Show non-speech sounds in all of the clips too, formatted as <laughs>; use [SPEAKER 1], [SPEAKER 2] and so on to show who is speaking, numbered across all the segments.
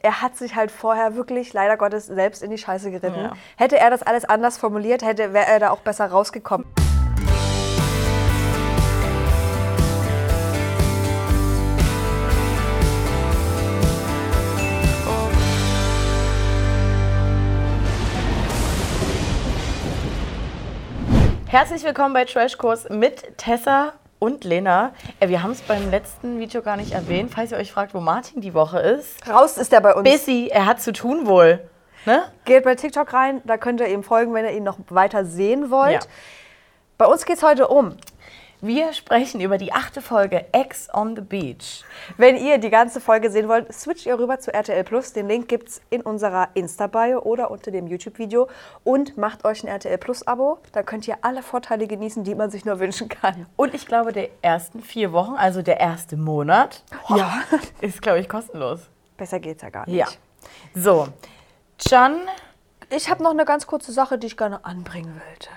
[SPEAKER 1] er hat sich halt vorher wirklich leider Gottes selbst in die Scheiße geritten.
[SPEAKER 2] Ja.
[SPEAKER 1] Hätte er das alles anders formuliert, hätte wäre er da auch besser rausgekommen.
[SPEAKER 2] Herzlich willkommen bei Trashkurs mit Tessa und Lena. Äh, wir haben es beim letzten Video gar nicht erwähnt, falls ihr euch fragt, wo Martin die Woche ist.
[SPEAKER 1] Raus ist er bei uns.
[SPEAKER 2] Busy, er hat zu tun wohl. Ne?
[SPEAKER 1] Geht bei TikTok rein, da könnt ihr ihm folgen, wenn ihr ihn noch weiter sehen wollt.
[SPEAKER 2] Ja.
[SPEAKER 1] Bei uns geht's heute um.
[SPEAKER 2] Wir sprechen über die achte Folge Ex on the Beach.
[SPEAKER 1] Wenn ihr die ganze Folge sehen wollt, switcht ihr rüber zu RTL Plus. Den Link gibt's in unserer Insta-Bio oder unter dem YouTube-Video. Und macht euch ein RTL Plus-Abo. Da könnt ihr alle Vorteile genießen, die man sich nur wünschen kann.
[SPEAKER 2] Und ich glaube, der ersten vier Wochen, also der erste Monat,
[SPEAKER 1] Ja.
[SPEAKER 2] ist, glaube ich, kostenlos.
[SPEAKER 1] <laughs> Besser geht's ja gar nicht.
[SPEAKER 2] Ja. So, Can,
[SPEAKER 1] Ich habe noch eine ganz kurze Sache, die ich gerne anbringen wollte.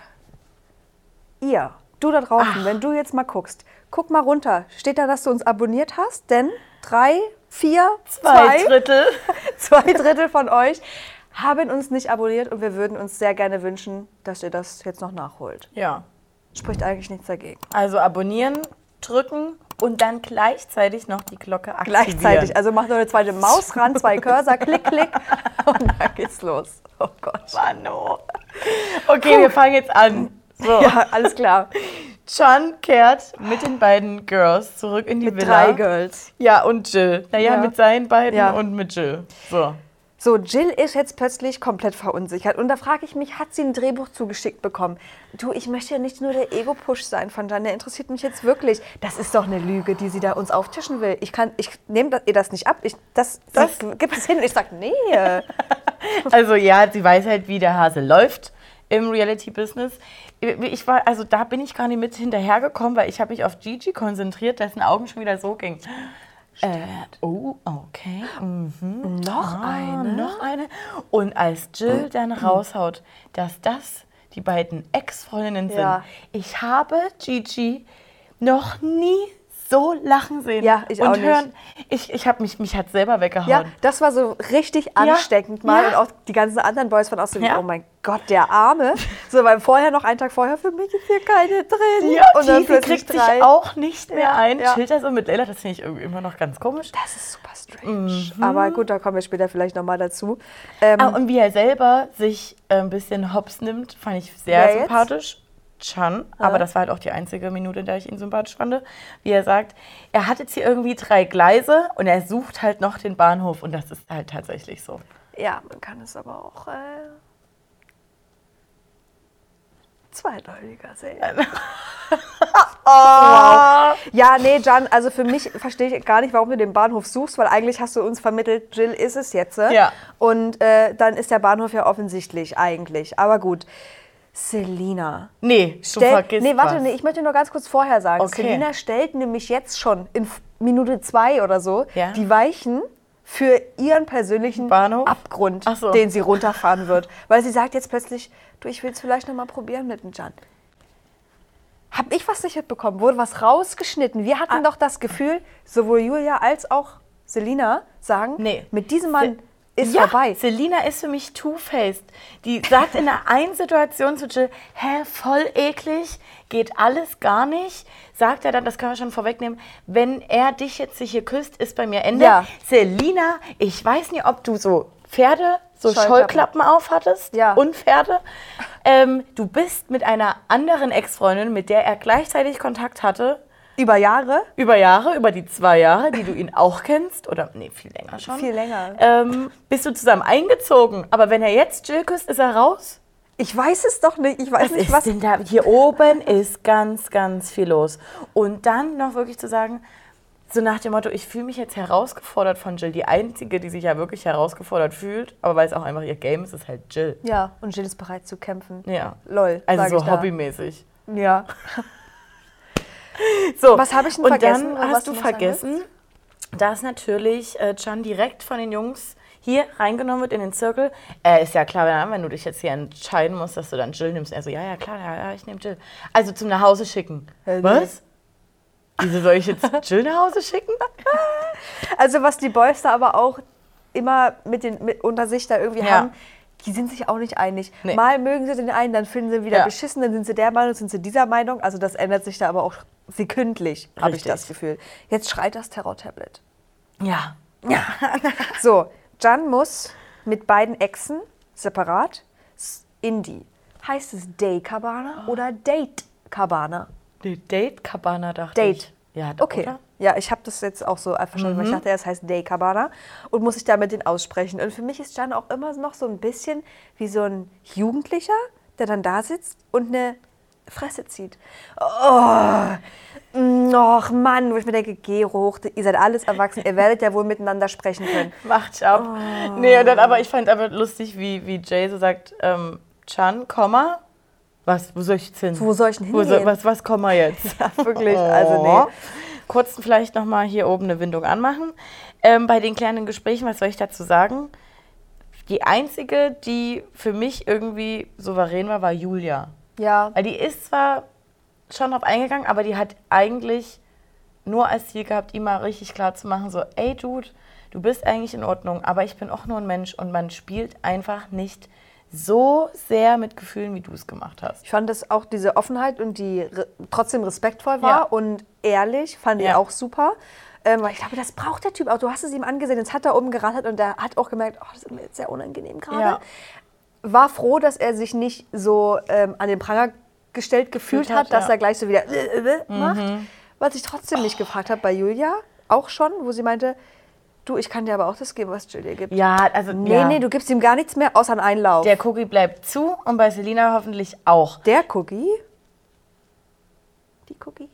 [SPEAKER 1] Ihr, du da draußen, wenn du jetzt mal guckst, guck mal runter. Steht da, dass du uns abonniert hast? Denn drei, vier,
[SPEAKER 2] zwei Drittel.
[SPEAKER 1] <laughs> zwei Drittel von euch haben uns nicht abonniert und wir würden uns sehr gerne wünschen, dass ihr das jetzt noch nachholt.
[SPEAKER 2] Ja.
[SPEAKER 1] Spricht eigentlich nichts dagegen.
[SPEAKER 2] Also abonnieren, drücken und dann gleichzeitig noch die Glocke aktivieren.
[SPEAKER 1] Gleichzeitig, also macht noch eine zweite
[SPEAKER 2] <laughs>
[SPEAKER 1] Maus ran, zwei Cursor, klick, klick und dann geht's los. Oh Gott.
[SPEAKER 2] Mano. Okay, wir fangen jetzt an. So,
[SPEAKER 1] Ja, alles klar.
[SPEAKER 2] Chan kehrt mit den beiden Girls zurück in die
[SPEAKER 1] Mit
[SPEAKER 2] Villa.
[SPEAKER 1] drei Girls.
[SPEAKER 2] Ja, und Jill. Naja,
[SPEAKER 1] Ja.
[SPEAKER 2] mit seinen beiden
[SPEAKER 1] Ja.
[SPEAKER 2] und mit Jill. So.
[SPEAKER 1] So, Jill ist jetzt plötzlich komplett verunsichert. Und da frage ich mich, hat sie ein Drehbuch zugeschickt bekommen? Du, ich möchte ja nicht nur der Ego-Push sein von Jan, der interessiert mich jetzt wirklich. Das ist doch eine Lüge, die sie da uns auftischen will. Ich kann, ich nehme das- ihr das nicht ab. Ich, das, das
[SPEAKER 2] Das-
[SPEAKER 1] gibt es hin. Und ich sage,
[SPEAKER 2] <laughs>
[SPEAKER 1] nee.
[SPEAKER 2] Also ja, sie weiß halt, wie der Hase läuft im Reality-Business. Ich war, also da bin ich gar nicht mit hinterhergekommen, weil ich habe mich auf Gigi konzentriert, dessen Augen schon wieder so gingen. Äh, oh, okay. Mhm.
[SPEAKER 1] Noch
[SPEAKER 2] Ah,
[SPEAKER 1] eine? Hm.
[SPEAKER 2] Noch eine. Und als Jill dann raushaut, dass das die beiden Ex-Freundinnen sind.
[SPEAKER 1] Ja.
[SPEAKER 2] Ich habe Gigi noch nie so lachen sehen.
[SPEAKER 1] Ja, ich
[SPEAKER 2] und
[SPEAKER 1] auch nicht.
[SPEAKER 2] hören. Ich, ich habe mich, mich hat selber weggehauen.
[SPEAKER 1] Ja, das war so richtig ansteckend mal.
[SPEAKER 2] ja.
[SPEAKER 1] Und auch die ganzen anderen Boys waren auch so, wie,
[SPEAKER 2] Ja.
[SPEAKER 1] oh mein Gott, der Arme. So, weil vorher noch, einen Tag vorher, für mich ist hier keine Tränen.
[SPEAKER 2] Ja, und dann
[SPEAKER 1] plötzlich
[SPEAKER 2] kriegt sich auch nicht mehr
[SPEAKER 1] Ja,
[SPEAKER 2] ein.
[SPEAKER 1] ja.
[SPEAKER 2] Chillt er so mit Leila, das finde ich irgendwie immer noch ganz komisch.
[SPEAKER 1] Das ist super strange.
[SPEAKER 2] Mhm.
[SPEAKER 1] Aber gut, da kommen wir später vielleicht nochmal dazu. Ähm,
[SPEAKER 2] Ah, und wie er selber sich äh, ein bisschen hops nimmt, fand ich sehr
[SPEAKER 1] Wer jetzt?
[SPEAKER 2] sympathisch. Chan, aber das war halt auch die einzige Minute, in der ich ihn sympathisch fand. Wie er sagt, er hat jetzt hier irgendwie drei Gleise und er sucht halt noch den Bahnhof und das ist halt tatsächlich so.
[SPEAKER 1] ja, man kann es aber auch äh, zweideutiger sehen. <laughs> wow. Ja, nee, Jan, also für mich verstehe ich gar nicht, warum du den Bahnhof suchst, weil eigentlich hast du uns vermittelt, Jill ist es jetzt. äh.
[SPEAKER 2] Ja.
[SPEAKER 1] Und äh, dann ist der Bahnhof ja offensichtlich eigentlich. Aber gut. Selina.
[SPEAKER 2] Nee, du
[SPEAKER 1] Stell,
[SPEAKER 2] vergisst
[SPEAKER 1] nee, warte,
[SPEAKER 2] was.
[SPEAKER 1] nee, ich möchte nur ganz kurz vorher sagen.
[SPEAKER 2] Okay.
[SPEAKER 1] Selina stellt nämlich jetzt schon in F- Minute zwei oder so
[SPEAKER 2] Ja.
[SPEAKER 1] die Weichen für ihren persönlichen
[SPEAKER 2] Bahnhof?
[SPEAKER 1] Abgrund,
[SPEAKER 2] Ach so.
[SPEAKER 1] den sie runterfahren wird. <laughs> Weil sie sagt jetzt plötzlich, du, ich will es vielleicht nochmal probieren mit dem Jan. Hab ich was nicht mitbekommen? Wurde was rausgeschnitten? Wir
[SPEAKER 2] Ah.
[SPEAKER 1] hatten doch das Gefühl, sowohl Julia als auch Selina sagen,
[SPEAKER 2] Nee.
[SPEAKER 1] mit diesem Mann ist
[SPEAKER 2] ja,
[SPEAKER 1] vorbei.
[SPEAKER 2] Selina ist für mich two-faced. Die sagt in der einen Situation zu Jill, hä, voll eklig, geht alles gar nicht. Sagt er dann, das kann man schon vorwegnehmen, wenn er dich jetzt hier küsst, ist bei mir Ende.
[SPEAKER 1] Ja.
[SPEAKER 2] Selina, ich weiß nicht, ob du so Pferde, so
[SPEAKER 1] Scheuklappen.
[SPEAKER 2] Scheuklappen, aufhattest
[SPEAKER 1] Ja.
[SPEAKER 2] und Pferde. Ähm, du bist mit einer anderen Ex-Freundin, mit der er gleichzeitig Kontakt hatte,
[SPEAKER 1] Über Jahre?
[SPEAKER 2] über Jahre, über die zwei Jahre, die du ihn auch kennst, oder nee, viel länger schon.
[SPEAKER 1] Viel länger.
[SPEAKER 2] Ähm, bist du zusammen eingezogen, aber wenn er jetzt Jill küsst, ist er raus.
[SPEAKER 1] Ich weiß es doch nicht. Ich weiß
[SPEAKER 2] Was
[SPEAKER 1] nicht,
[SPEAKER 2] ist
[SPEAKER 1] was
[SPEAKER 2] denn da? Hier oben ist ganz, ganz viel los. Und dann noch wirklich zu sagen, so nach dem Motto, ich fühle mich jetzt herausgefordert von Jill. Die einzige, die sich ja wirklich herausgefordert fühlt, aber weil es auch einfach ihr Game ist, ist halt Jill.
[SPEAKER 1] Ja, und Jill ist bereit zu kämpfen.
[SPEAKER 2] Ja.
[SPEAKER 1] Lol, sag
[SPEAKER 2] Also
[SPEAKER 1] ich
[SPEAKER 2] so
[SPEAKER 1] da.
[SPEAKER 2] hobbymäßig.
[SPEAKER 1] Ja.
[SPEAKER 2] So,
[SPEAKER 1] Was habe ich denn
[SPEAKER 2] und
[SPEAKER 1] vergessen?
[SPEAKER 2] Dann
[SPEAKER 1] Was
[SPEAKER 2] hast
[SPEAKER 1] du
[SPEAKER 2] du
[SPEAKER 1] noch
[SPEAKER 2] vergessen, dass natürlich äh, Can direkt von den Jungs hier reingenommen wird in den Zirkel. Äh, ist ja klar, wenn- wenn du dich jetzt hier entscheiden musst, dass du dann Jill nimmst. Er so, ja, ja, klar, ja, ja, ich nehme Jill. Also zum nach Hause schicken.
[SPEAKER 1] Äh, nee.
[SPEAKER 2] Was? Wieso soll ich jetzt Jill nach Hause schicken?
[SPEAKER 1] Also was die Boys da aber auch immer mit den mit unter sich da irgendwie
[SPEAKER 2] Ja.
[SPEAKER 1] haben, die sind sich auch nicht einig.
[SPEAKER 2] Nee.
[SPEAKER 1] Mal mögen sie den einen, dann finden sie ihn wieder
[SPEAKER 2] Ja.
[SPEAKER 1] beschissen, dann sind sie der Meinung, sind sie dieser Meinung. Also das ändert sich da aber auch sekündlich, habe ich
[SPEAKER 2] Richtig.
[SPEAKER 1] das Gefühl. Jetzt schreit das Terror-Tablet.
[SPEAKER 2] Ja.
[SPEAKER 1] <laughs> So, Jan muss mit beiden Echsen separat s- in die. Heißt es Day Cabana
[SPEAKER 2] Ah.
[SPEAKER 1] oder Date Cabana?
[SPEAKER 2] Die Date Cabana dachte
[SPEAKER 1] Date.
[SPEAKER 2] ich. Ja, d-
[SPEAKER 1] Okay.
[SPEAKER 2] Oder?
[SPEAKER 1] Ja, ich habe das jetzt auch so verstanden, weil ich dachte, es heißt Day Cabana und muss ich damit den aussprechen. Und für mich ist Jan auch immer noch so ein bisschen wie so ein Jugendlicher, der dann da sitzt und eine Fresse zieht. Oh, och Mann, wo ich mir denke, geh hoch, ihr seid alles erwachsen, ihr werdet ja wohl miteinander sprechen können.
[SPEAKER 2] Macht ab.
[SPEAKER 1] Oh.
[SPEAKER 2] Nee, und dann aber ich fand aber lustig, wie, wie Jay so sagt, ähm, Chan, Komma. Was, wo soll ich jetzt hin?
[SPEAKER 1] Wo soll ich denn
[SPEAKER 2] Wo
[SPEAKER 1] hingehen?
[SPEAKER 2] was, was kommen wir jetzt?
[SPEAKER 1] <laughs>
[SPEAKER 2] Oh.
[SPEAKER 1] Ja, wirklich, also nee.
[SPEAKER 2] Kurz vielleicht nochmal hier oben eine Windung anmachen. Ähm, bei den kleinen Gesprächen, was soll ich dazu sagen? Die einzige, die für mich irgendwie souverän war, war Julia.
[SPEAKER 1] Ja,
[SPEAKER 2] Weil die ist zwar schon drauf eingegangen, aber die hat eigentlich nur als Ziel gehabt, ihm mal richtig klar zu machen, so, ey Dude, du bist eigentlich in Ordnung, aber ich bin auch nur ein Mensch und man spielt einfach nicht so sehr mit Gefühlen, wie du es gemacht hast.
[SPEAKER 1] Ich fand, dass auch diese Offenheit und die re trotzdem respektvoll war
[SPEAKER 2] Ja.
[SPEAKER 1] und ehrlich, fand ich
[SPEAKER 2] Ja.
[SPEAKER 1] auch super. Ähm, weil ich glaube, das braucht der Typ auch. Du hast es ihm angesehen, jetzt hat er oben gerattert und er hat auch gemerkt, oh, das ist mir jetzt sehr unangenehm gerade.
[SPEAKER 2] Ja.
[SPEAKER 1] War froh, dass er sich nicht so ähm, an den Pranger gestellt gefühlt
[SPEAKER 2] Gefühlt
[SPEAKER 1] hat,
[SPEAKER 2] hat,
[SPEAKER 1] dass
[SPEAKER 2] ja. Mhm.
[SPEAKER 1] er gleich so wieder äh, äh, äh macht. Was ich trotzdem nicht gefragt habe bei Julia, auch schon, wo sie meinte, du, ich kann dir aber auch das geben, was Jill dir gibt.
[SPEAKER 2] Ja, also
[SPEAKER 1] Nee,
[SPEAKER 2] ja.
[SPEAKER 1] nee, du gibst ihm gar nichts mehr, außer einen Einlauf.
[SPEAKER 2] der Cookie bleibt zu und bei Selina hoffentlich auch.
[SPEAKER 1] der Cookie? Die Cookie?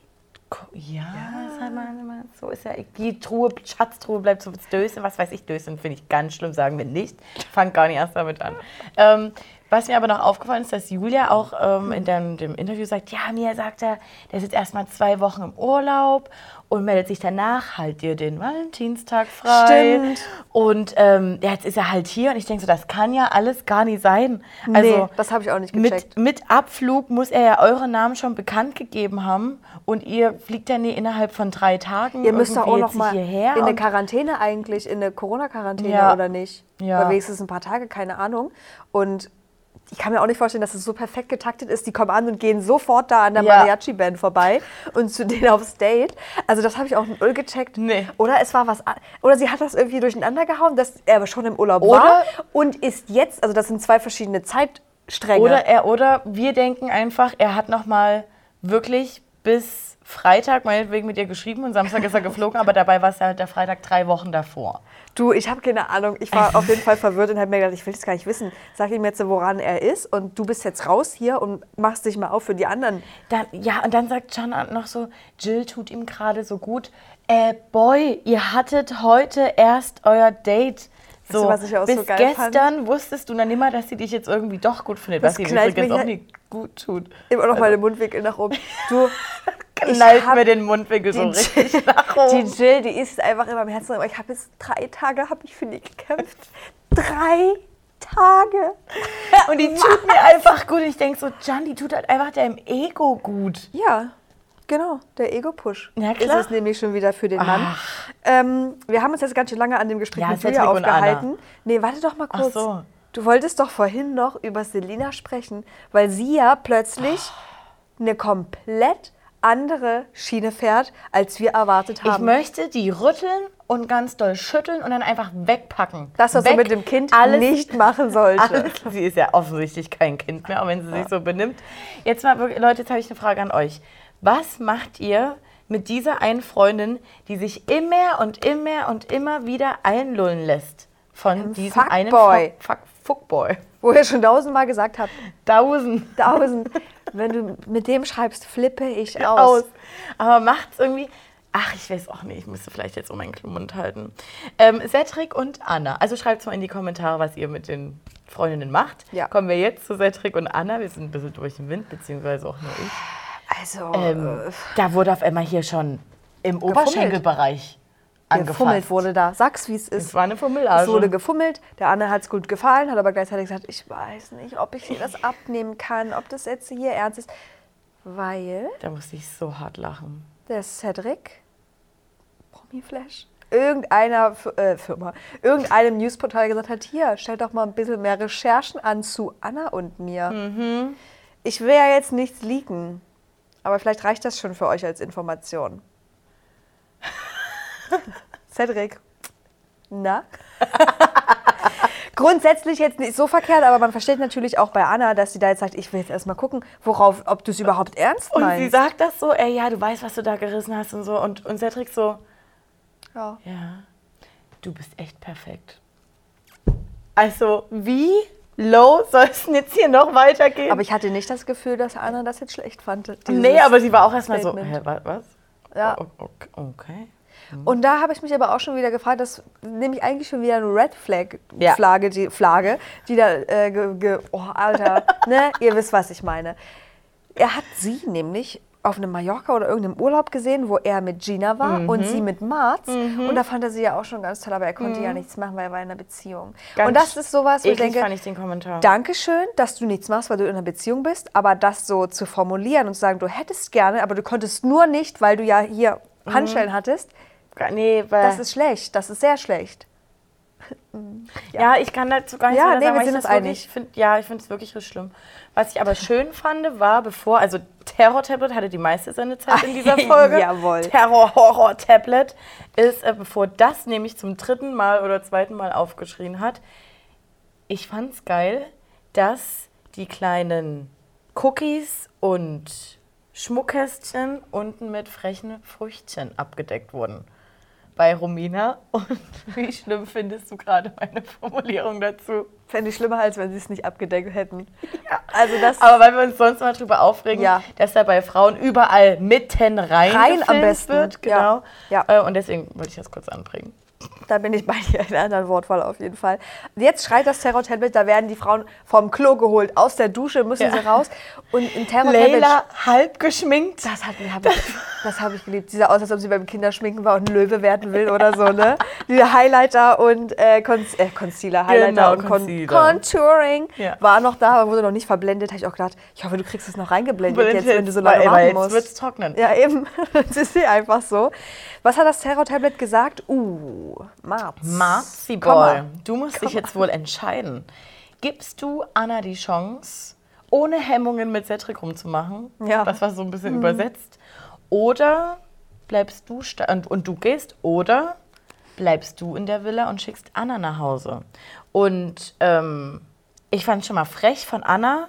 [SPEAKER 2] Ko- Ja, das hat man immer- so ist ja. Die Truhe, Schatztruhe bleibt so Dösen, was weiß ich, Dösen finde ich ganz schlimm, sagen wir nicht. Fang gar nicht erst damit an. Ähm, was mir aber noch aufgefallen ist, dass Julia auch ähm, in dem, dem Interview sagt, ja, mir sagt er, der ist jetzt erstmal zwei Wochen im Urlaub und meldet sich danach, halt dir den Valentinstag frei.
[SPEAKER 1] Stimmt.
[SPEAKER 2] Und ähm, ja, jetzt ist er halt hier und ich denke so, das kann ja alles gar nicht sein. Also,
[SPEAKER 1] nee, das habe ich auch nicht gecheckt.
[SPEAKER 2] mit, mit Abflug muss er ja euren Namen schon bekannt gegeben haben und ihr fliegt dann nie innerhalb von drei Tagen.
[SPEAKER 1] Ihr müsst doch auch
[SPEAKER 2] irgendwie
[SPEAKER 1] noch
[SPEAKER 2] jetzt
[SPEAKER 1] mal
[SPEAKER 2] hierher.
[SPEAKER 1] in eine
[SPEAKER 2] und-
[SPEAKER 1] Quarantäne eigentlich, in eine Corona-Quarantäne
[SPEAKER 2] Ja.
[SPEAKER 1] oder nicht?
[SPEAKER 2] Ja.
[SPEAKER 1] Oder wenigstens ein paar Tage, keine Ahnung. Und ich kann mir auch nicht vorstellen, dass es so perfekt getaktet ist. Die kommen an und gehen sofort da an der
[SPEAKER 2] Ja.
[SPEAKER 1] Mariachi-Band vorbei <laughs> und zu denen aufs Date. Also das habe ich auch null gecheckt.
[SPEAKER 2] Nee.
[SPEAKER 1] Oder es war was, an- oder sie hat das irgendwie durcheinander gehauen, dass er aber schon im Urlaub
[SPEAKER 2] Oder-
[SPEAKER 1] war und ist jetzt, also das sind zwei verschiedene Zeitstränge.
[SPEAKER 2] oder er oder wir denken einfach, er hat noch mal wirklich bis Freitag meinetwegen mit ihr geschrieben und Samstag ist
[SPEAKER 1] <laughs>
[SPEAKER 2] er geflogen, aber dabei war es ja halt der Freitag drei Wochen davor.
[SPEAKER 1] Du, ich habe keine Ahnung. Ich war auf jeden Fall verwirrt und habe mir gedacht, ich will das gar nicht wissen. Sag ihm jetzt, woran er ist und du bist jetzt raus hier und machst dich mal auf für die anderen.
[SPEAKER 2] Dann, ja, und dann sagt John noch so, Jill tut ihm gerade so gut. Äh, Boy, ihr hattet heute erst euer Date. So,
[SPEAKER 1] du, was ich auch so
[SPEAKER 2] bis
[SPEAKER 1] geil
[SPEAKER 2] gestern wusstest du dann immer, dass sie dich jetzt irgendwie doch gut findet, was
[SPEAKER 1] Das
[SPEAKER 2] sie
[SPEAKER 1] knallt
[SPEAKER 2] übrigens
[SPEAKER 1] mich
[SPEAKER 2] auch
[SPEAKER 1] halt-
[SPEAKER 2] nicht gut tut. <laughs>
[SPEAKER 1] Immer noch meine Mundwinkel nach oben. Du, ich
[SPEAKER 2] Knallt
[SPEAKER 1] hab
[SPEAKER 2] mir den Mundwinkel so
[SPEAKER 1] die
[SPEAKER 2] richtig nach oben.
[SPEAKER 1] Die Jill, die ist einfach in meinem Herzen. Aber ich habe jetzt drei Tage, habe ich für die gekämpft. Drei Tage.
[SPEAKER 2] und die tut mir einfach gut. Und ich denke so, John, die tut halt einfach deinem Ego gut.
[SPEAKER 1] Ja, genau, der Ego-Push.
[SPEAKER 2] Ja,
[SPEAKER 1] Ist
[SPEAKER 2] klar.
[SPEAKER 1] es nämlich schon wieder für den Mann. Ähm, wir haben uns jetzt ganz schön lange an dem Gespräch
[SPEAKER 2] Ja,
[SPEAKER 1] mit
[SPEAKER 2] Cedric
[SPEAKER 1] Julia
[SPEAKER 2] und Anna.
[SPEAKER 1] aufgehalten. Nee, warte doch mal kurz.
[SPEAKER 2] so.
[SPEAKER 1] Du wolltest doch vorhin noch über Selina sprechen, weil sie ja plötzlich eine komplett andere Schiene fährt, als wir erwartet
[SPEAKER 2] Ich
[SPEAKER 1] haben.
[SPEAKER 2] möchte die rütteln und ganz doll schütteln und dann einfach wegpacken.
[SPEAKER 1] das, was
[SPEAKER 2] Weg,
[SPEAKER 1] du mit dem Kind
[SPEAKER 2] alles <laughs>
[SPEAKER 1] nicht machen sollte.
[SPEAKER 2] Alles, sie ist ja offensichtlich kein Kind mehr, auch wenn sie sich so benimmt. Jetzt mal, wirklich- Leute, jetzt habe ich eine Frage an euch. Was macht ihr mit dieser einen Freundin, die sich immer und immer und immer wieder einlullen lässt von diesem
[SPEAKER 1] Fuckboy.
[SPEAKER 2] einen Fuck- Fuck, Fuckboy?
[SPEAKER 1] Wo ihr schon tausendmal gesagt habt,
[SPEAKER 2] Tausend
[SPEAKER 1] tausend, wenn du mit dem schreibst, flippe ich aus.
[SPEAKER 2] aus. Aber macht's irgendwie. Ach, ich weiß auch nicht. Ich müsste vielleicht jetzt um meinen Mund halten. Ähm, Cedric und Anna. Also schreibt's mal in die Kommentare, was ihr mit den Freundinnen macht.
[SPEAKER 1] Ja.
[SPEAKER 2] Kommen wir jetzt zu Cedric und Anna. Wir sind ein bisschen durch den Wind, beziehungsweise auch nur ich.
[SPEAKER 1] Also,
[SPEAKER 2] Ähm, da wurde auf einmal hier schon im Oberschenkelbereich
[SPEAKER 1] gefummelt
[SPEAKER 2] angefasst.
[SPEAKER 1] wurde da. Sag's, wie es ist.
[SPEAKER 2] Es war eine Fummelage.
[SPEAKER 1] Es wurde gefummelt, der Anne hat es gut gefallen, hat aber gleichzeitig gesagt, ich weiß nicht, ob ich ihr das abnehmen kann, ob das jetzt hier ernst ist. Weil
[SPEAKER 2] da musste ich so hart lachen.
[SPEAKER 1] der Cedric, Promi-Flash, irgendeiner F äh, Firma, irgendeinem Newsportal gesagt hat, hier, stell doch mal ein bisschen mehr Recherchen an zu Anna und mir.
[SPEAKER 2] Mhm.
[SPEAKER 1] Ich will ja jetzt nichts leaken, aber vielleicht reicht das schon für euch als
[SPEAKER 2] <laughs>
[SPEAKER 1] Information. Cedric, na? <laughs> Grundsätzlich jetzt nicht so verkehrt, aber man versteht natürlich auch bei Anna, dass sie da jetzt sagt, ich will jetzt erstmal gucken, worauf, ob du es überhaupt ernst
[SPEAKER 2] Und
[SPEAKER 1] meinst.
[SPEAKER 2] sie sagt das so, ey, ja, du weißt, was du da gerissen hast und so. Und, und Cedric so,
[SPEAKER 1] ja.
[SPEAKER 2] ja, du bist echt perfekt. Also, wie low soll es denn jetzt hier noch weitergehen?
[SPEAKER 1] Aber ich hatte nicht das Gefühl, dass Anna das jetzt schlecht fand.
[SPEAKER 2] nee,
[SPEAKER 1] dieses-
[SPEAKER 2] aber sie war auch erstmal so,
[SPEAKER 1] Statement.
[SPEAKER 2] hä, wa- was?
[SPEAKER 1] Ja.
[SPEAKER 2] O- Okay. okay.
[SPEAKER 1] Und da habe ich mich aber auch schon wieder gefragt, das nehme ich eigentlich schon wieder eine Red Flag
[SPEAKER 2] Ja.
[SPEAKER 1] Flagge, die Flagge, die da äh, ge, ge, oh <laughs> Alter, ne, ihr wisst, was ich meine. Er hat sie nämlich auf einem Mallorca oder irgendeinem Urlaub gesehen, wo er mit Gina war und sie mit Marz. Und da fand er sie ja auch schon ganz toll, aber er konnte ja nichts machen, weil er war in einer Beziehung.
[SPEAKER 2] Ganz
[SPEAKER 1] und das ist sowas, wo ich
[SPEAKER 2] Eklig
[SPEAKER 1] denke,
[SPEAKER 2] fand ich den Kommentar.
[SPEAKER 1] Dankeschön, dass du nichts machst, weil du in einer Beziehung bist, aber das so zu formulieren und zu sagen, du hättest gerne, aber du konntest nur nicht, weil du ja hier Handschellen hattest,
[SPEAKER 2] Ga- nee, weil,
[SPEAKER 1] das ist schlecht, das ist sehr schlecht.
[SPEAKER 2] ja. ich kann dazu gar nichts
[SPEAKER 1] Ja,
[SPEAKER 2] mehr
[SPEAKER 1] nee,
[SPEAKER 2] sagen,
[SPEAKER 1] wir
[SPEAKER 2] weil
[SPEAKER 1] sind
[SPEAKER 2] ich das
[SPEAKER 1] uns einig.
[SPEAKER 2] wirklich Find, ja, ich finde es wirklich richtig schlimm. Was ich aber schön fand, war, bevor, also Terror-Tablet hatte die meiste Sendezeit in dieser Folge.
[SPEAKER 1] Jawohl.
[SPEAKER 2] Terror-Horror-Tablet ist, äh, bevor das nämlich zum dritten Mal oder zweiten Mal aufgeschrien hat, ich fand's geil, dass die kleinen Cookies und Schmuckkästchen unten mit frechen Früchtchen abgedeckt wurden. Bei Romina. Und <laughs> wie schlimm findest du gerade meine Formulierung dazu?
[SPEAKER 1] Fände ich schlimmer, als wenn sie es nicht abgedeckt hätten. Also das
[SPEAKER 2] Aber weil wir uns sonst mal drüber aufregen,
[SPEAKER 1] Ja.
[SPEAKER 2] dass da bei Frauen überall mitten rein,
[SPEAKER 1] Rein am
[SPEAKER 2] gefilmt
[SPEAKER 1] besten,
[SPEAKER 2] wird.
[SPEAKER 1] ja.
[SPEAKER 2] Genau.
[SPEAKER 1] Ja.
[SPEAKER 2] Äh, Und deswegen wollte ich das kurz anbringen.
[SPEAKER 1] Da bin ich bei dir in einer anderen Wortwahl auf jeden Fall. Jetzt schreit das Terror-Tablet, da werden die Frauen vom Klo geholt, aus der Dusche müssen
[SPEAKER 2] Ja.
[SPEAKER 1] sie raus. Und im Terror-Tablet
[SPEAKER 2] Leila, halb geschminkt.
[SPEAKER 1] Das hat mir, hab ich, das habe ich geliebt. Sie sah aus, als ob sie beim Kinderschminken war und einen Löwe werden will oder so, ne? Diese Highlighter und äh, Con äh, Concealer, Highlighter
[SPEAKER 2] Genau,
[SPEAKER 1] und Con
[SPEAKER 2] Concealer.
[SPEAKER 1] Contouring
[SPEAKER 2] Ja.
[SPEAKER 1] war noch da, aber wurde noch nicht verblendet. Habe ich auch gedacht, ich hoffe, du kriegst es noch reingeblendet jetzt, wenn du so
[SPEAKER 2] Weil-
[SPEAKER 1] lange
[SPEAKER 2] weil
[SPEAKER 1] warten
[SPEAKER 2] jetzt wird's
[SPEAKER 1] musst.
[SPEAKER 2] trocknen.
[SPEAKER 1] Ja, eben. <laughs> Das ist hier einfach so. Was hat das Terror-Tablet gesagt? Uh, Marz.
[SPEAKER 2] Marzi
[SPEAKER 1] Komm
[SPEAKER 2] Boy,
[SPEAKER 1] mal.
[SPEAKER 2] du musst dich jetzt wohl entscheiden. Gibst du Anna die Chance, ohne Hemmungen mit Cedric rumzumachen?
[SPEAKER 1] Ja.
[SPEAKER 2] Das war so ein bisschen übersetzt. Oder bleibst du sta- und, und du gehst oder bleibst du in der Villa und schickst Anna nach Hause. Und ähm, ich fand schon mal frech von Anna,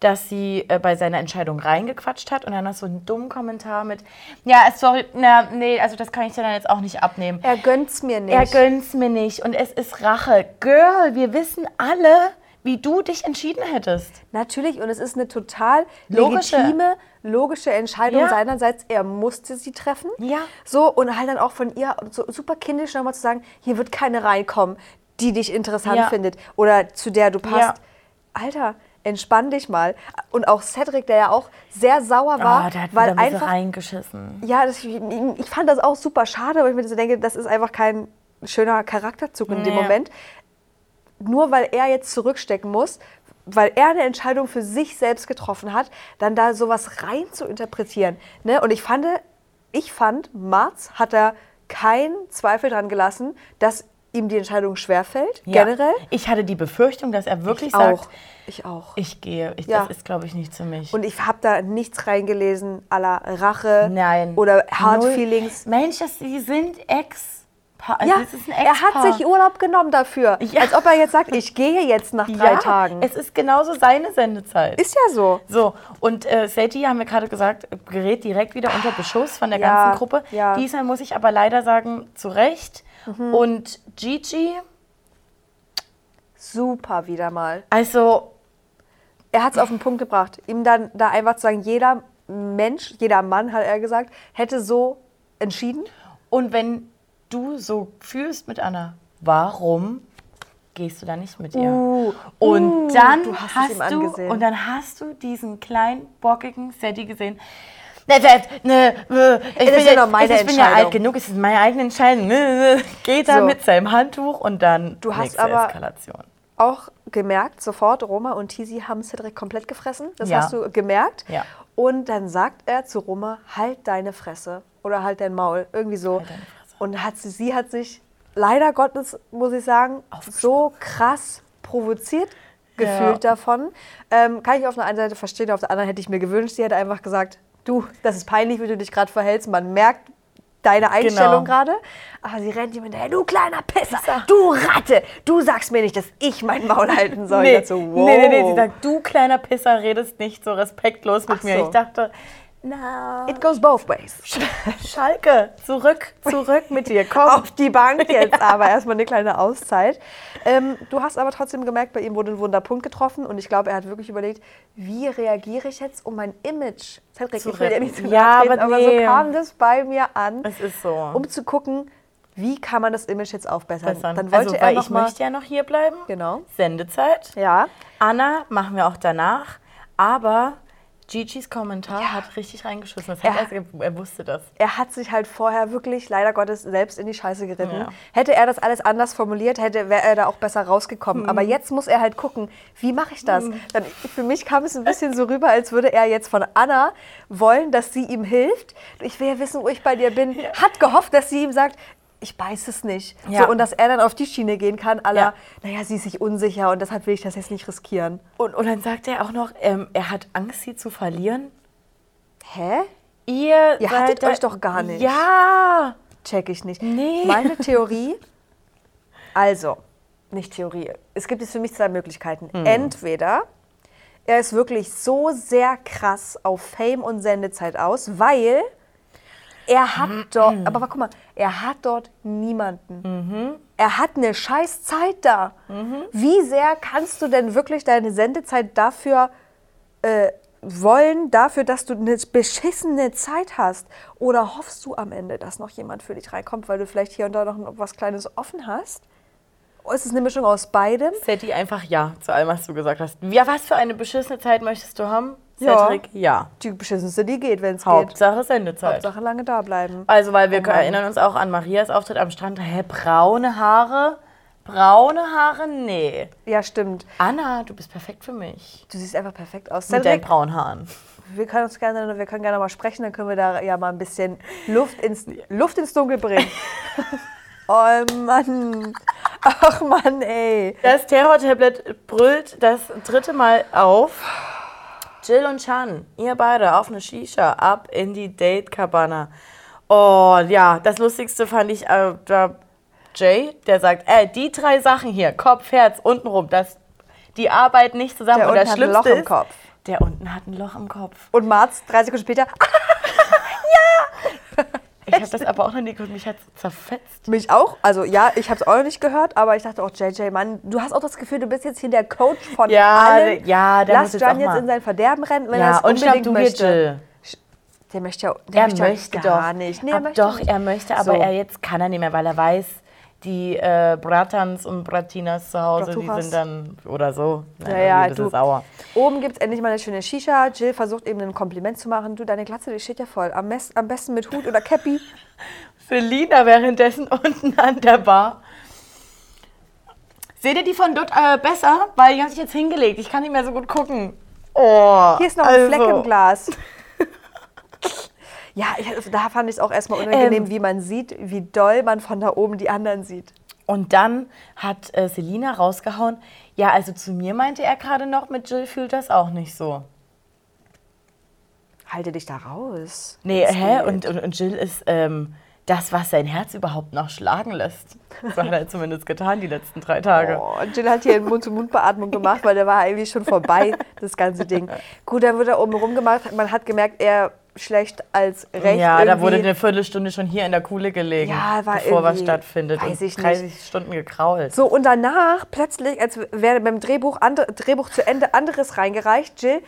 [SPEAKER 2] dass sie äh, bei seiner Entscheidung reingequatscht hat und dann noch so einen dummen Kommentar mit, ja, sorry, na, nee, also das kann ich dir dann jetzt auch nicht abnehmen.
[SPEAKER 1] Er gönnt's mir nicht.
[SPEAKER 2] Er gönnt's mir nicht und es ist Rache. Girl, wir wissen alle, wie du dich entschieden hättest.
[SPEAKER 1] Natürlich, und es ist eine total
[SPEAKER 2] Logische.
[SPEAKER 1] legitime, logische Entscheidung
[SPEAKER 2] Ja.
[SPEAKER 1] seinerseits. Er musste sie treffen.
[SPEAKER 2] Ja.
[SPEAKER 1] So, und halt dann auch von ihr so super kindisch nochmal zu sagen, hier wird keine reinkommen, die dich interessant
[SPEAKER 2] Ja.
[SPEAKER 1] findet oder zu der du passt.
[SPEAKER 2] Ja.
[SPEAKER 1] Alter, entspann dich mal. Und auch Cedric, der ja auch sehr sauer war,
[SPEAKER 2] Ah, der hat wieder
[SPEAKER 1] weil
[SPEAKER 2] ein bisschen
[SPEAKER 1] einfach
[SPEAKER 2] reingeschissen.
[SPEAKER 1] ja, das, ich, ich fand das auch super schade, weil ich mir so denke, das ist einfach kein schöner Charakterzug in dem
[SPEAKER 2] Nee.
[SPEAKER 1] Moment. Nur weil er jetzt zurückstecken muss, weil er eine Entscheidung für sich selbst getroffen hat, dann da sowas rein zu interpretieren. Ne? Und ich fand, ich fand, Marz hat da keinen Zweifel dran gelassen, dass ihm die Entscheidung schwerfällt,
[SPEAKER 2] Ja.
[SPEAKER 1] generell.
[SPEAKER 2] Ich hatte die Befürchtung, dass er wirklich sagt,
[SPEAKER 1] Auch. Ich auch.
[SPEAKER 2] ich gehe. Ich,
[SPEAKER 1] Ja.
[SPEAKER 2] Das ist, glaube ich, nichts für mich.
[SPEAKER 1] Und ich habe da nichts reingelesen, aller Rache
[SPEAKER 2] Nein.
[SPEAKER 1] oder Hard
[SPEAKER 2] Null.
[SPEAKER 1] Feelings.
[SPEAKER 2] Mensch, das, sie sind Ex. Also
[SPEAKER 1] Ja,
[SPEAKER 2] das ist ein
[SPEAKER 1] er
[SPEAKER 2] Ex-Paar.
[SPEAKER 1] hat sich Urlaub genommen dafür.
[SPEAKER 2] Ja.
[SPEAKER 1] Als ob er jetzt sagt, ich gehe jetzt nach um drei
[SPEAKER 2] ja,
[SPEAKER 1] Tagen.
[SPEAKER 2] Es ist genauso seine Sendezeit.
[SPEAKER 1] ist ja so.
[SPEAKER 2] So, und äh, Sadie, haben wir gerade gesagt, gerät direkt wieder unter Beschuss von der
[SPEAKER 1] Ja,
[SPEAKER 2] ganzen Gruppe.
[SPEAKER 1] ja. Mhm.
[SPEAKER 2] Diesmal muss ich aber leider sagen, zu Recht. Und Gigi,
[SPEAKER 1] Super wieder mal.
[SPEAKER 2] also,
[SPEAKER 1] Er hat es auf den Punkt gebracht. Ihm dann da einfach zu sagen, jeder Mensch, jeder Mann, hat er gesagt, hätte so entschieden.
[SPEAKER 2] und wenn du so fühlst mit Anna, warum gehst du da nicht mit ihr?
[SPEAKER 1] Uh,
[SPEAKER 2] und
[SPEAKER 1] uh,
[SPEAKER 2] dann
[SPEAKER 1] du hast es
[SPEAKER 2] hast,
[SPEAKER 1] ihm
[SPEAKER 2] du
[SPEAKER 1] angesehen.
[SPEAKER 2] und dann hast du diesen kleinen bockigen Sadie gesehen. Ne, ne, ne, ne, ich
[SPEAKER 1] ist
[SPEAKER 2] bin
[SPEAKER 1] ja
[SPEAKER 2] ja-
[SPEAKER 1] nur meine
[SPEAKER 2] ich bin ja alt
[SPEAKER 1] Entscheidung.
[SPEAKER 2] genug, es ist meine eigene Entscheidung. ne, ne, Geht da
[SPEAKER 1] So.
[SPEAKER 2] mit seinem Handtuch und dann
[SPEAKER 1] Du hast
[SPEAKER 2] nächste
[SPEAKER 1] aber-
[SPEAKER 2] Eskalation.
[SPEAKER 1] Auch gemerkt, sofort, Roma und Tizi haben Cedric komplett gefressen. Das
[SPEAKER 2] Ja.
[SPEAKER 1] hast du gemerkt.
[SPEAKER 2] Ja.
[SPEAKER 1] Und dann sagt er zu Roma, halt deine Fresse. Oder halt dein Maul. Irgendwie so.
[SPEAKER 2] deine Fresse.
[SPEAKER 1] Und hat sie, sie hat sich leider Gottes, muss ich sagen, so krass provoziert gefühlt
[SPEAKER 2] Ja.
[SPEAKER 1] davon. Ähm, kann ich auf der einen Seite verstehen, auf der anderen hätte ich mir gewünscht, sie hätte einfach gesagt, du, das ist peinlich, wie du dich gerade verhältst. Man merkt deine Einstellung
[SPEAKER 2] Genau.
[SPEAKER 1] gerade. Aber sie rennt ihm hinterher, du kleiner Pisser, du Ratte, du sagst mir nicht, dass ich mein Maul halten soll. Ich dachte so, wow.
[SPEAKER 2] nee, nee, nee, sie sagt, du kleiner Pisser redest nicht so respektlos mit
[SPEAKER 1] Ach
[SPEAKER 2] mir.
[SPEAKER 1] so.
[SPEAKER 2] Ich dachte, na,
[SPEAKER 1] It goes both ways.
[SPEAKER 2] Schalke, zurück, zurück mit dir, komm.
[SPEAKER 1] Auf die
[SPEAKER 2] <laughs>
[SPEAKER 1] Bank jetzt aber erstmal eine kleine Auszeit. Ähm, du hast aber trotzdem gemerkt, bei ihm wurde ein wunder Punkt getroffen und ich glaube, er hat wirklich überlegt, wie reagiere ich jetzt, um mein Image
[SPEAKER 2] Zu
[SPEAKER 1] zu retten. Nicht so
[SPEAKER 2] retten.
[SPEAKER 1] nahe
[SPEAKER 2] Ja,
[SPEAKER 1] treten,
[SPEAKER 2] aber
[SPEAKER 1] aber
[SPEAKER 2] nee.
[SPEAKER 1] so kam das bei mir an,
[SPEAKER 2] Es ist so.
[SPEAKER 1] um zu gucken, wie kann man das Image jetzt aufbessern.
[SPEAKER 2] Verbessern.
[SPEAKER 1] Dann wollte
[SPEAKER 2] also,
[SPEAKER 1] er
[SPEAKER 2] weil
[SPEAKER 1] noch
[SPEAKER 2] ich
[SPEAKER 1] mal,
[SPEAKER 2] möchte ja noch hier bleiben.
[SPEAKER 1] genau,
[SPEAKER 2] Sendezeit.
[SPEAKER 1] ja,
[SPEAKER 2] Anna machen wir auch danach, aber Gigi's Kommentar hat richtig reingeschissen. Das
[SPEAKER 1] Ja.
[SPEAKER 2] heißt, er, er wusste das.
[SPEAKER 1] er hat sich halt vorher wirklich leider Gottes selbst in die Scheiße geritten.
[SPEAKER 2] Ja.
[SPEAKER 1] Hätte er das alles anders formuliert, hätte wäre er da auch besser rausgekommen.
[SPEAKER 2] Mhm.
[SPEAKER 1] Aber jetzt muss er halt gucken, wie mache ich das? Dann, für mich kam es ein bisschen so rüber, als würde er jetzt von Anna wollen, dass sie ihm hilft. Ich will ja wissen, wo ich bei dir bin. Hat gehofft, dass sie ihm sagt, ich weiß es nicht.
[SPEAKER 2] Ja.
[SPEAKER 1] So, und dass er dann auf die Schiene gehen kann, aller,
[SPEAKER 2] Ja.
[SPEAKER 1] naja, sie ist sich unsicher und deshalb will ich das jetzt nicht riskieren.
[SPEAKER 2] Und, und dann sagt er auch noch, ähm, er hat Angst, sie zu verlieren.
[SPEAKER 1] Hä?
[SPEAKER 2] Ihr,
[SPEAKER 1] Ihr
[SPEAKER 2] seid
[SPEAKER 1] hattet
[SPEAKER 2] da-
[SPEAKER 1] euch doch gar nicht.
[SPEAKER 2] Ja,
[SPEAKER 1] Check ich nicht.
[SPEAKER 2] Nee.
[SPEAKER 1] Meine Theorie, also, nicht Theorie. Es gibt jetzt für mich zwei Möglichkeiten. Entweder er ist wirklich so sehr krass auf Fame und Sendezeit aus, weil er hat dort, aber guck mal, er hat dort niemanden. Er hat eine scheiß Zeit da. Wie sehr kannst du denn wirklich deine Sendezeit dafür äh, wollen, dafür, dass du eine beschissene Zeit hast? Oder hoffst du am Ende, dass noch jemand für dich reinkommt, weil du vielleicht hier und da noch was Kleines offen hast? Oh, ist es eine Mischung aus beidem?
[SPEAKER 2] Setti einfach ja zu allem, was du gesagt hast. Ja, was für eine beschissene Zeit möchtest du haben?
[SPEAKER 1] Ja.
[SPEAKER 2] Cedric, ja.
[SPEAKER 1] Die beschissenste, die geht, wenn es geht.
[SPEAKER 2] Hauptsache Sendezeit.
[SPEAKER 1] Hauptsache lange da bleiben.
[SPEAKER 2] Also, weil wir
[SPEAKER 1] Oh Mann.
[SPEAKER 2] erinnern uns auch an Marias Auftritt am Strand. Hä, braune Haare? Braune Haare? Nee.
[SPEAKER 1] Ja, stimmt.
[SPEAKER 2] Anna, du bist perfekt für mich.
[SPEAKER 1] Du siehst einfach perfekt aus.
[SPEAKER 2] Mit deinen
[SPEAKER 1] Cedric,
[SPEAKER 2] braunen Haaren.
[SPEAKER 1] wir können uns gerne, wir können gerne mal sprechen, dann können wir da ja mal ein bisschen Luft ins, Luft ins Dunkel bringen. oh Mann. Ach Mann, ey.
[SPEAKER 2] Das Terror-Tablet brüllt das dritte Mal auf. Jill und Chan, ihr beide auf eine Shisha, ab in die Date-Cabana. Oh, ja, das Lustigste fand ich, äh, da Jay, der sagt, äh, die drei Sachen hier, Kopf, Herz, untenrum, das, die arbeiten nicht zusammen.
[SPEAKER 1] Der
[SPEAKER 2] und das
[SPEAKER 1] unten hat ein
[SPEAKER 2] Schlimmste
[SPEAKER 1] Loch im
[SPEAKER 2] ist,
[SPEAKER 1] Kopf.
[SPEAKER 2] Der unten hat ein Loch im Kopf.
[SPEAKER 1] Und Marz, drei Sekunden später,
[SPEAKER 2] Ich habe das aber auch noch nie gehört, mich hat zerfetzt.
[SPEAKER 1] Mich auch. Also ja, ich habe es auch noch nicht gehört, aber ich dachte auch, JJ, Mann, du hast auch das Gefühl, du bist jetzt hier der Coach von
[SPEAKER 2] Ja,
[SPEAKER 1] allen.
[SPEAKER 2] der- ja, der
[SPEAKER 1] Lass
[SPEAKER 2] muss jetzt
[SPEAKER 1] Jan
[SPEAKER 2] auch
[SPEAKER 1] jetzt
[SPEAKER 2] mal-
[SPEAKER 1] in sein Verderben rennen, wenn er
[SPEAKER 2] Ja,
[SPEAKER 1] es
[SPEAKER 2] und schnapp
[SPEAKER 1] unbedingt
[SPEAKER 2] du dir
[SPEAKER 1] möchte.
[SPEAKER 2] Jill.
[SPEAKER 1] Der möchte ja der
[SPEAKER 2] Er
[SPEAKER 1] möchte, ja
[SPEAKER 2] möchte
[SPEAKER 1] gar
[SPEAKER 2] doch.
[SPEAKER 1] nicht. Nee,
[SPEAKER 2] Ab-
[SPEAKER 1] er möchte
[SPEAKER 2] doch,
[SPEAKER 1] nicht.
[SPEAKER 2] er möchte, aber
[SPEAKER 1] So.
[SPEAKER 2] er jetzt kann er nicht mehr, weil er weiß, die äh, Bratans und Bratinas zu Hause, die
[SPEAKER 1] Braturas.
[SPEAKER 2] sind dann oder so.
[SPEAKER 1] Ja, ja,
[SPEAKER 2] ein bisschen
[SPEAKER 1] du.
[SPEAKER 2] sauer.
[SPEAKER 1] Oben gibt es endlich mal eine schöne Shisha. Jill versucht eben ein Kompliment zu machen. Du, deine Glatze, die steht ja voll. Am, mes- am besten mit Hut oder Cappy.
[SPEAKER 2] Selina währenddessen <laughs> unten an der Bar. Seht ihr die von dort äh, besser? Weil die haben sich jetzt hingelegt. Ich kann nicht mehr so gut gucken. Oh,
[SPEAKER 1] Hier ist noch ein Fleck im Glas. <laughs> ja, ich, also da fand ich es auch erstmal unangenehm,
[SPEAKER 2] Ähm.
[SPEAKER 1] wie man sieht, wie doll man von da oben die anderen sieht.
[SPEAKER 2] Und dann hat äh, Selina rausgehauen, ja, also zu mir meinte er gerade noch, mit Jill fühlt das auch nicht so.
[SPEAKER 1] Halte dich da raus.
[SPEAKER 2] Nee,
[SPEAKER 1] Wenn's
[SPEAKER 2] hä?
[SPEAKER 1] geht.
[SPEAKER 2] Und, und, und Jill ist ähm, das, was sein Herz überhaupt noch schlagen lässt. So
[SPEAKER 1] <laughs>
[SPEAKER 2] hat er zumindest getan die letzten drei Tage.
[SPEAKER 1] Oh, und Jill hat hier eine Mund-zu-Mund-Beatmung gemacht, weil der war irgendwie schon vorbei, das ganze Ding. Gut, dann wird er oben rumgemacht. Man hat gemerkt, er schlecht als recht.
[SPEAKER 2] ja, da
[SPEAKER 1] irgendwie.
[SPEAKER 2] wurde eine Viertelstunde schon hier in der Kuhle gelegen,
[SPEAKER 1] Ja, war
[SPEAKER 2] bevor was
[SPEAKER 1] irgendwie-
[SPEAKER 2] stattfindet.
[SPEAKER 1] weiß ich
[SPEAKER 2] und
[SPEAKER 1] nicht.
[SPEAKER 2] 30 Stunden gekrault.
[SPEAKER 1] So, und danach plötzlich, als wäre beim Drehbuch, andre, Drehbuch zu Ende anderes reingereicht, Jill.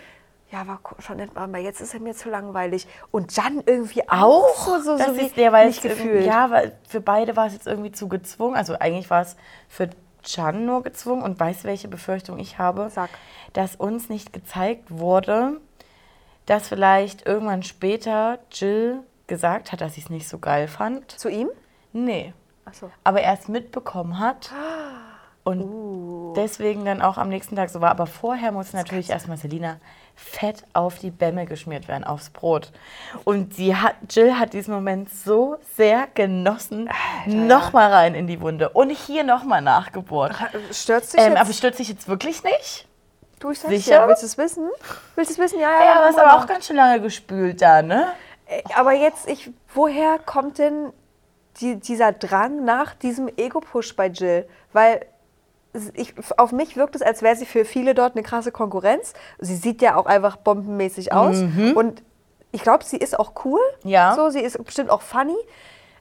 [SPEAKER 1] Ja, war ko- schon nett, aber jetzt ist er mir zu langweilig. Und Jan irgendwie auch, so, so, so
[SPEAKER 2] das
[SPEAKER 1] wie
[SPEAKER 2] ist der, weil
[SPEAKER 1] nicht
[SPEAKER 2] es irgendwie-
[SPEAKER 1] gefühlt.
[SPEAKER 2] Ja, weil für beide war es jetzt irgendwie zu gezwungen. Also eigentlich war es für Chan nur gezwungen und weißt du, welche Befürchtung ich habe?
[SPEAKER 1] Sag.
[SPEAKER 2] Dass uns nicht gezeigt wurde, dass vielleicht irgendwann später Jill gesagt hat, dass sie es nicht so geil fand.
[SPEAKER 1] Zu ihm?
[SPEAKER 2] Nee.
[SPEAKER 1] Achso. <gasps> Uh.
[SPEAKER 2] aber er es mitbekommen hat. Und deswegen dann auch am nächsten Tag so war. Aber vorher muss natürlich erstmal Selina fett auf die Bämme geschmiert werden, aufs Brot. Und sie hat, Jill hat diesen Moment so sehr genossen. Nochmal rein in die Wunde. Und hier nochmal nachgebohrt.
[SPEAKER 1] Stört sich
[SPEAKER 2] Ähm,
[SPEAKER 1] jetzt?
[SPEAKER 2] aber stört sich jetzt wirklich nicht?
[SPEAKER 1] du, ich sag's
[SPEAKER 2] sicher?
[SPEAKER 1] dir. Willst du es wissen? Willst du es wissen? Ja, ja.
[SPEAKER 2] Ja, aber ist
[SPEAKER 1] mach
[SPEAKER 2] aber
[SPEAKER 1] mal.
[SPEAKER 2] auch ganz schön lange gespült da, ne?
[SPEAKER 1] Äh, aber jetzt, ich, woher kommt denn die, dieser Drang nach diesem Ego-Push bei Jill? Weil s- ich, auf mich wirkt es, als wäre sie für viele dort eine krasse Konkurrenz. Sie sieht ja auch einfach bombenmäßig aus. Und ich glaube, sie ist auch cool.
[SPEAKER 2] Mhm. Ja.
[SPEAKER 1] So, sie ist bestimmt auch funny.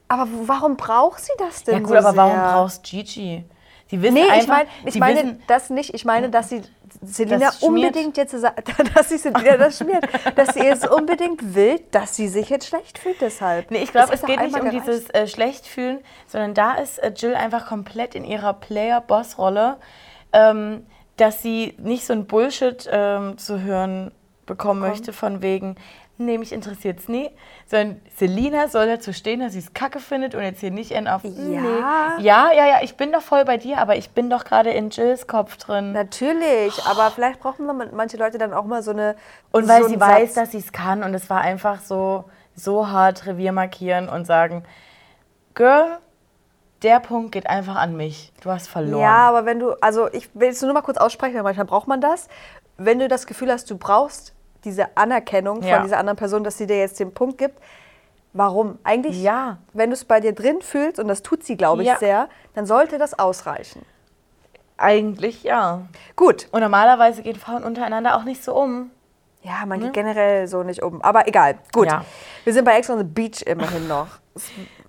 [SPEAKER 1] Aber w- warum braucht sie das denn?
[SPEAKER 2] Ja gut,
[SPEAKER 1] so
[SPEAKER 2] aber
[SPEAKER 1] sehr?
[SPEAKER 2] warum brauchst Gigi? Sie wissen
[SPEAKER 1] Nee,
[SPEAKER 2] einfach,
[SPEAKER 1] ich, mein, ich
[SPEAKER 2] sie
[SPEAKER 1] meine
[SPEAKER 2] wissen,
[SPEAKER 1] das nicht. Ich meine, dass sie Selina
[SPEAKER 2] Das schmiert.
[SPEAKER 1] unbedingt jetzt, sa- <laughs> dass sie Selina das schmiert, dass sie es unbedingt will, dass sie sich jetzt schlecht fühlt deshalb.
[SPEAKER 2] Nee, ich
[SPEAKER 1] Das
[SPEAKER 2] glaube,
[SPEAKER 1] hat
[SPEAKER 2] es
[SPEAKER 1] doch
[SPEAKER 2] geht nicht um
[SPEAKER 1] einmal gereicht.
[SPEAKER 2] dieses äh, Schlechtfühlen, sondern da ist äh, Jill einfach komplett in ihrer Player-Boss-Rolle, ähm, dass sie nicht so ein Bullshit ähm, zu hören bekommen möchte, von wegen, nee, mich interessiert's nie, sondern Selina soll dazu stehen, dass sie es kacke findet und jetzt hier nicht in auf.
[SPEAKER 1] Ja.
[SPEAKER 2] Nee. Ja, ja, ja, ich bin doch voll bei dir, aber ich bin doch gerade in Jills Kopf drin.
[SPEAKER 1] Natürlich, aber vielleicht brauchen man- manche Leute dann auch mal so eine.
[SPEAKER 2] Und weil
[SPEAKER 1] so
[SPEAKER 2] sie
[SPEAKER 1] einen
[SPEAKER 2] weiß,
[SPEAKER 1] Satz.
[SPEAKER 2] dass sie es kann und es war einfach so, so hart Revier markieren und sagen, Girl, der Punkt geht einfach an mich. Du hast verloren.
[SPEAKER 1] Ja, aber wenn du, also ich will es nur mal kurz aussprechen, weil manchmal braucht man das. Wenn du das Gefühl hast, du brauchst diese Anerkennung
[SPEAKER 2] Ja.
[SPEAKER 1] von dieser anderen Person, dass sie dir jetzt den Punkt gibt, warum? Eigentlich,
[SPEAKER 2] Ja.
[SPEAKER 1] wenn du es bei dir drin fühlst, und das tut sie, glaube ich,
[SPEAKER 2] Ja.
[SPEAKER 1] sehr, dann sollte das ausreichen.
[SPEAKER 2] Eigentlich ja.
[SPEAKER 1] Gut.
[SPEAKER 2] Und normalerweise gehen Frauen untereinander auch nicht so um.
[SPEAKER 1] Ja, man geht generell so nicht um. Aber egal, gut.
[SPEAKER 2] Ja.
[SPEAKER 1] Wir sind bei Ex on the Beach immerhin
[SPEAKER 2] <laughs>
[SPEAKER 1] noch.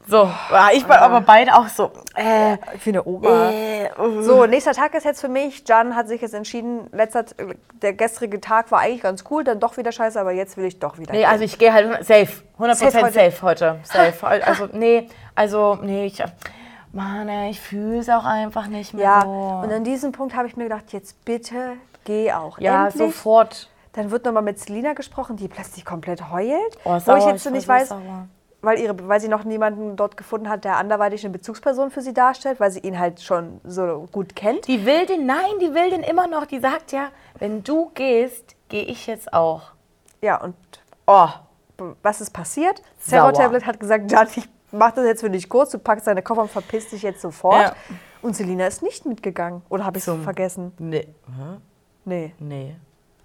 [SPEAKER 2] So, ah, ich bin aber beide auch so. Äh,
[SPEAKER 1] Wie eine Oma.
[SPEAKER 2] äh, uh.
[SPEAKER 1] So, nächster Tag ist jetzt für mich. Jan hat sich jetzt entschieden, letzter, der gestrige Tag war eigentlich ganz cool, dann doch wieder scheiße, aber jetzt will ich doch wieder.
[SPEAKER 2] Nee,
[SPEAKER 1] gehen.
[SPEAKER 2] also ich gehe halt safe. 100%
[SPEAKER 1] Safe heute.
[SPEAKER 2] safe heute. Safe. Also, nee, also, nee, ich. Mann, ey, ich fühle es auch einfach nicht mehr.
[SPEAKER 1] ja,
[SPEAKER 2] so.
[SPEAKER 1] und an diesem Punkt habe ich mir gedacht, jetzt bitte geh auch.
[SPEAKER 2] ja
[SPEAKER 1] Endlich.
[SPEAKER 2] sofort.
[SPEAKER 1] Dann wird nochmal mit Selina gesprochen, die plötzlich komplett heult.
[SPEAKER 2] Oh,
[SPEAKER 1] wo
[SPEAKER 2] sauer,
[SPEAKER 1] ich jetzt so
[SPEAKER 2] war
[SPEAKER 1] nicht
[SPEAKER 2] so
[SPEAKER 1] weiß,
[SPEAKER 2] sauer.
[SPEAKER 1] weil, ihre, weil sie noch niemanden dort gefunden hat, der anderweitig eine Bezugsperson für sie darstellt, weil sie ihn halt schon so gut kennt.
[SPEAKER 2] Die will den, nein, die will den immer noch. Die sagt ja, wenn du gehst, gehe ich jetzt auch.
[SPEAKER 1] Ja, und
[SPEAKER 2] Oh,
[SPEAKER 1] b- was ist passiert?
[SPEAKER 2] Sauer.
[SPEAKER 1] Sarah Tablet hat gesagt, Jan, ich mach das jetzt für dich kurz, du packst deine Koffer und verpisst dich jetzt sofort.
[SPEAKER 2] Ja.
[SPEAKER 1] Und Selina ist nicht mitgegangen. Oder habe ich es vergessen?
[SPEAKER 2] nee.
[SPEAKER 1] Nee.
[SPEAKER 2] Nee.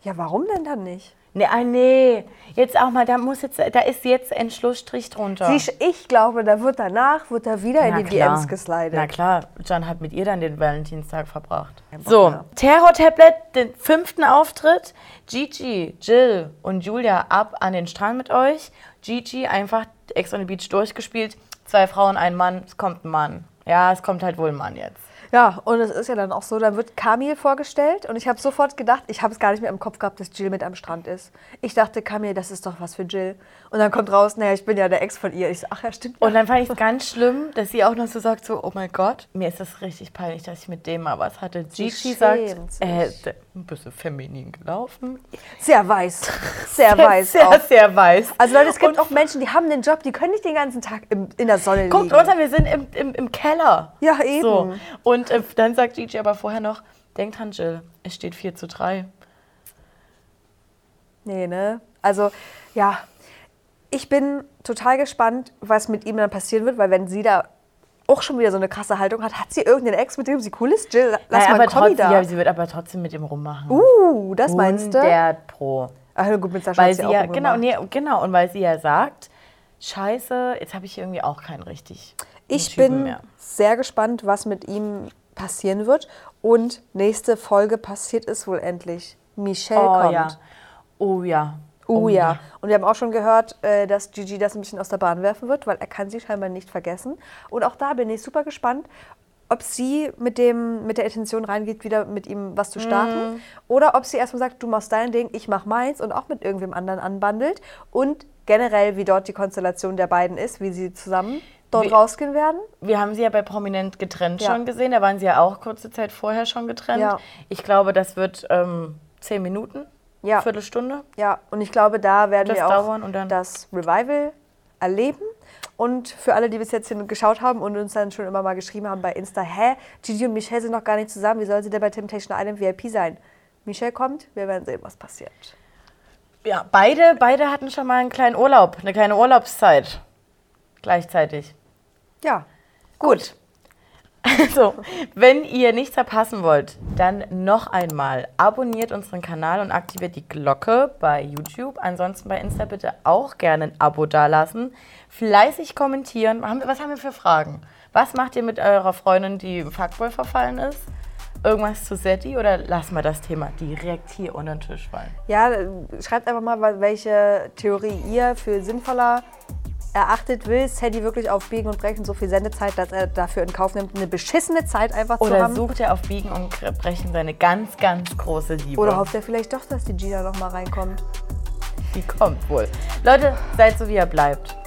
[SPEAKER 1] Ja, warum denn dann nicht?
[SPEAKER 2] Nee, ne. ah, nee. Jetzt auch mal, da muss jetzt, da ist jetzt ein Schlussstrich drunter.
[SPEAKER 1] Sie, sch- ich glaube, da wird danach, wird er wieder in die DMs geslidet.
[SPEAKER 2] Na klar, John hat mit ihr dann den Valentinstag verbracht.
[SPEAKER 1] Bock
[SPEAKER 2] So,
[SPEAKER 1] mehr.
[SPEAKER 2] Terror-Tablet, den fünften Auftritt. Gigi, Jill und Julia ab an den Strand mit euch. Gigi einfach Ex on the Beach durchgespielt. Zwei Frauen, ein Mann, es kommt ein Mann. Ja, es kommt halt wohl ein Mann jetzt.
[SPEAKER 1] Ja, und es ist ja dann auch so, dann wird Camille vorgestellt und ich habe sofort gedacht, ich habe es gar nicht mehr im Kopf gehabt, dass Jill mit am Strand ist. Ich dachte, Camille, das ist doch was für Jill. Und dann kommt raus, naja, ich bin ja der Ex von ihr. Ich so, ach ja, stimmt.
[SPEAKER 2] Und dann fand ich es ganz schlimm, dass sie auch noch so sagt, so, oh mein Gott, mir ist das richtig peinlich, dass ich mit dem mal was hatte. Gigi
[SPEAKER 1] schämt
[SPEAKER 2] sagt,
[SPEAKER 1] sich.
[SPEAKER 2] äh, d- ein bisschen feminin gelaufen.
[SPEAKER 1] <laughs> Sehr
[SPEAKER 2] <laughs>
[SPEAKER 1] weiß. Sehr weiß
[SPEAKER 2] sehr,
[SPEAKER 1] auch.
[SPEAKER 2] sehr weiß.
[SPEAKER 1] Also Leute, es gibt
[SPEAKER 2] Und
[SPEAKER 1] auch Menschen, die haben den Job, die können nicht den ganzen Tag im, in der Sonne
[SPEAKER 2] Guckt
[SPEAKER 1] liegen.
[SPEAKER 2] runter, wir sind im, im, im Keller.
[SPEAKER 1] Ja, eben.
[SPEAKER 2] So. Und äh, dann sagt Gigi aber vorher noch, denkt dran, Jill, es steht 4 zu 3.
[SPEAKER 1] Nee, ne? Also, ja. Ich bin total gespannt, was mit ihm dann passieren wird, weil wenn sie da auch schon wieder so eine krasse Haltung hat, hat sie irgendeinen Ex, mit dem sie cool ist? Jill, lass mal
[SPEAKER 2] aber
[SPEAKER 1] einen Kommi
[SPEAKER 2] trotzdem,
[SPEAKER 1] da.
[SPEAKER 2] ja, sie wird aber trotzdem mit ihm rummachen.
[SPEAKER 1] uh, das meinst du?
[SPEAKER 2] 100 pro.
[SPEAKER 1] Ach, gut, mit Sascha
[SPEAKER 2] Weil
[SPEAKER 1] hat
[SPEAKER 2] sie
[SPEAKER 1] auch
[SPEAKER 2] ja,
[SPEAKER 1] rumgemacht.
[SPEAKER 2] genau, nee, genau, und weil sie ja sagt, scheiße, jetzt habe ich irgendwie auch keinen richtig
[SPEAKER 1] Ich
[SPEAKER 2] Typen
[SPEAKER 1] bin
[SPEAKER 2] mehr.
[SPEAKER 1] sehr gespannt, was mit ihm passieren wird. Und nächste Folge passiert es wohl endlich. Michelle
[SPEAKER 2] Oh
[SPEAKER 1] kommt.
[SPEAKER 2] ja. Oh ja.
[SPEAKER 1] Oh ja. Und wir haben auch schon gehört, äh, dass Gigi das ein bisschen aus der Bahn werfen wird, weil er kann sie scheinbar nicht vergessen. Und auch da bin ich super gespannt, ob sie mit, dem, mit der Intention reingeht, wieder mit ihm was zu starten. Oder ob sie erstmal sagt, du machst dein Ding, ich mach meins und auch mit irgendwem anderen anbandelt. Und generell, wie dort die Konstellation der beiden ist, wie sie zusammen dort
[SPEAKER 2] Wie-
[SPEAKER 1] rausgehen werden.
[SPEAKER 2] Wir haben sie ja bei Prominent getrennt
[SPEAKER 1] Ja.
[SPEAKER 2] schon gesehen. Da waren sie ja auch kurze Zeit vorher schon getrennt.
[SPEAKER 1] Ja.
[SPEAKER 2] Ich glaube, das wird ähm, zehn Minuten,
[SPEAKER 1] Ja.
[SPEAKER 2] Viertelstunde.
[SPEAKER 1] Ja, und ich glaube, da werden
[SPEAKER 2] Das
[SPEAKER 1] wir auch
[SPEAKER 2] dauern und dann-
[SPEAKER 1] das Revival erleben. Und für alle, die bis jetzt hier geschaut haben und uns dann schon immer mal geschrieben haben bei Insta, hä, Gigi und Michelle sind noch gar nicht zusammen, wie soll sie denn bei Temptation Island VIP sein? Michelle kommt, wir werden sehen, was passiert.
[SPEAKER 2] Ja, beide, beide hatten schon mal einen kleinen Urlaub, eine kleine Urlaubszeit. Gleichzeitig.
[SPEAKER 1] Ja, gut.
[SPEAKER 2] Also, wenn ihr nichts verpassen wollt, dann noch einmal abonniert unseren Kanal und aktiviert die Glocke bei YouTube. Ansonsten bei Insta bitte auch gerne ein Abo dalassen. Fleißig kommentieren. Haben wir- Was haben wir für Fragen? Was macht ihr mit eurer Freundin, die im Fuckboy verfallen ist? Irgendwas zu Setti oder lassen wir das Thema direkt hier unter den Tisch fallen?
[SPEAKER 1] Ja, äh, schreibt einfach mal, wa- welche Theorie ihr für sinnvoller erachtet. Will Sadie wirklich auf Biegen und Brechen so viel Sendezeit, dass er dafür in Kauf nimmt, eine beschissene Zeit einfach zu
[SPEAKER 2] Oder
[SPEAKER 1] haben?
[SPEAKER 2] sucht er auf Biegen und Brechen seine ganz, ganz große Liebe?
[SPEAKER 1] Oder hofft er vielleicht doch, dass die Gina noch mal reinkommt?
[SPEAKER 2] die kommt wohl. Leute, seid so wie ihr bleibt.